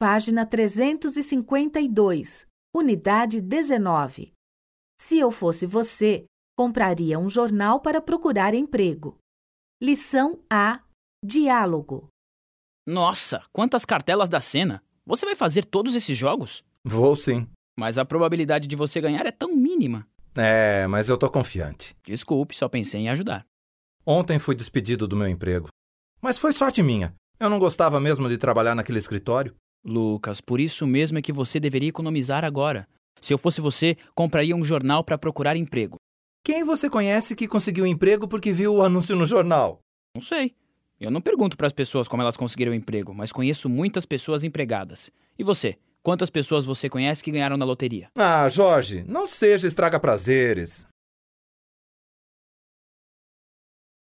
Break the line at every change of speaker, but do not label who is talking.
Página 352, unidade 19. Se eu fosse você, compraria um jornal para procurar emprego. Lição A: Diálogo.
Nossa, quantas cartelas da cena! Você vai fazer todos esses jogos?
Vou sim.
Mas a probabilidade de você ganhar é tão mínima.
É, mas eu tô confiante.
Desculpe, só pensei em ajudar.
Ontem fui despedido do meu emprego. Mas foi sorte minha. Eu não gostava mesmo de trabalhar naquele escritório.
Lucas, por isso mesmo é que você deveria economizar agora. Se eu fosse você, compraria um jornal para procurar emprego.
Quem você conhece que conseguiu emprego porque viu o anúncio no jornal?
Não sei. Eu não pergunto para as pessoas como elas conseguiram emprego, mas conheço muitas pessoas empregadas. E você? Quantas pessoas você conhece que ganharam na loteria?
Ah, Jorge, não seja estraga prazeres.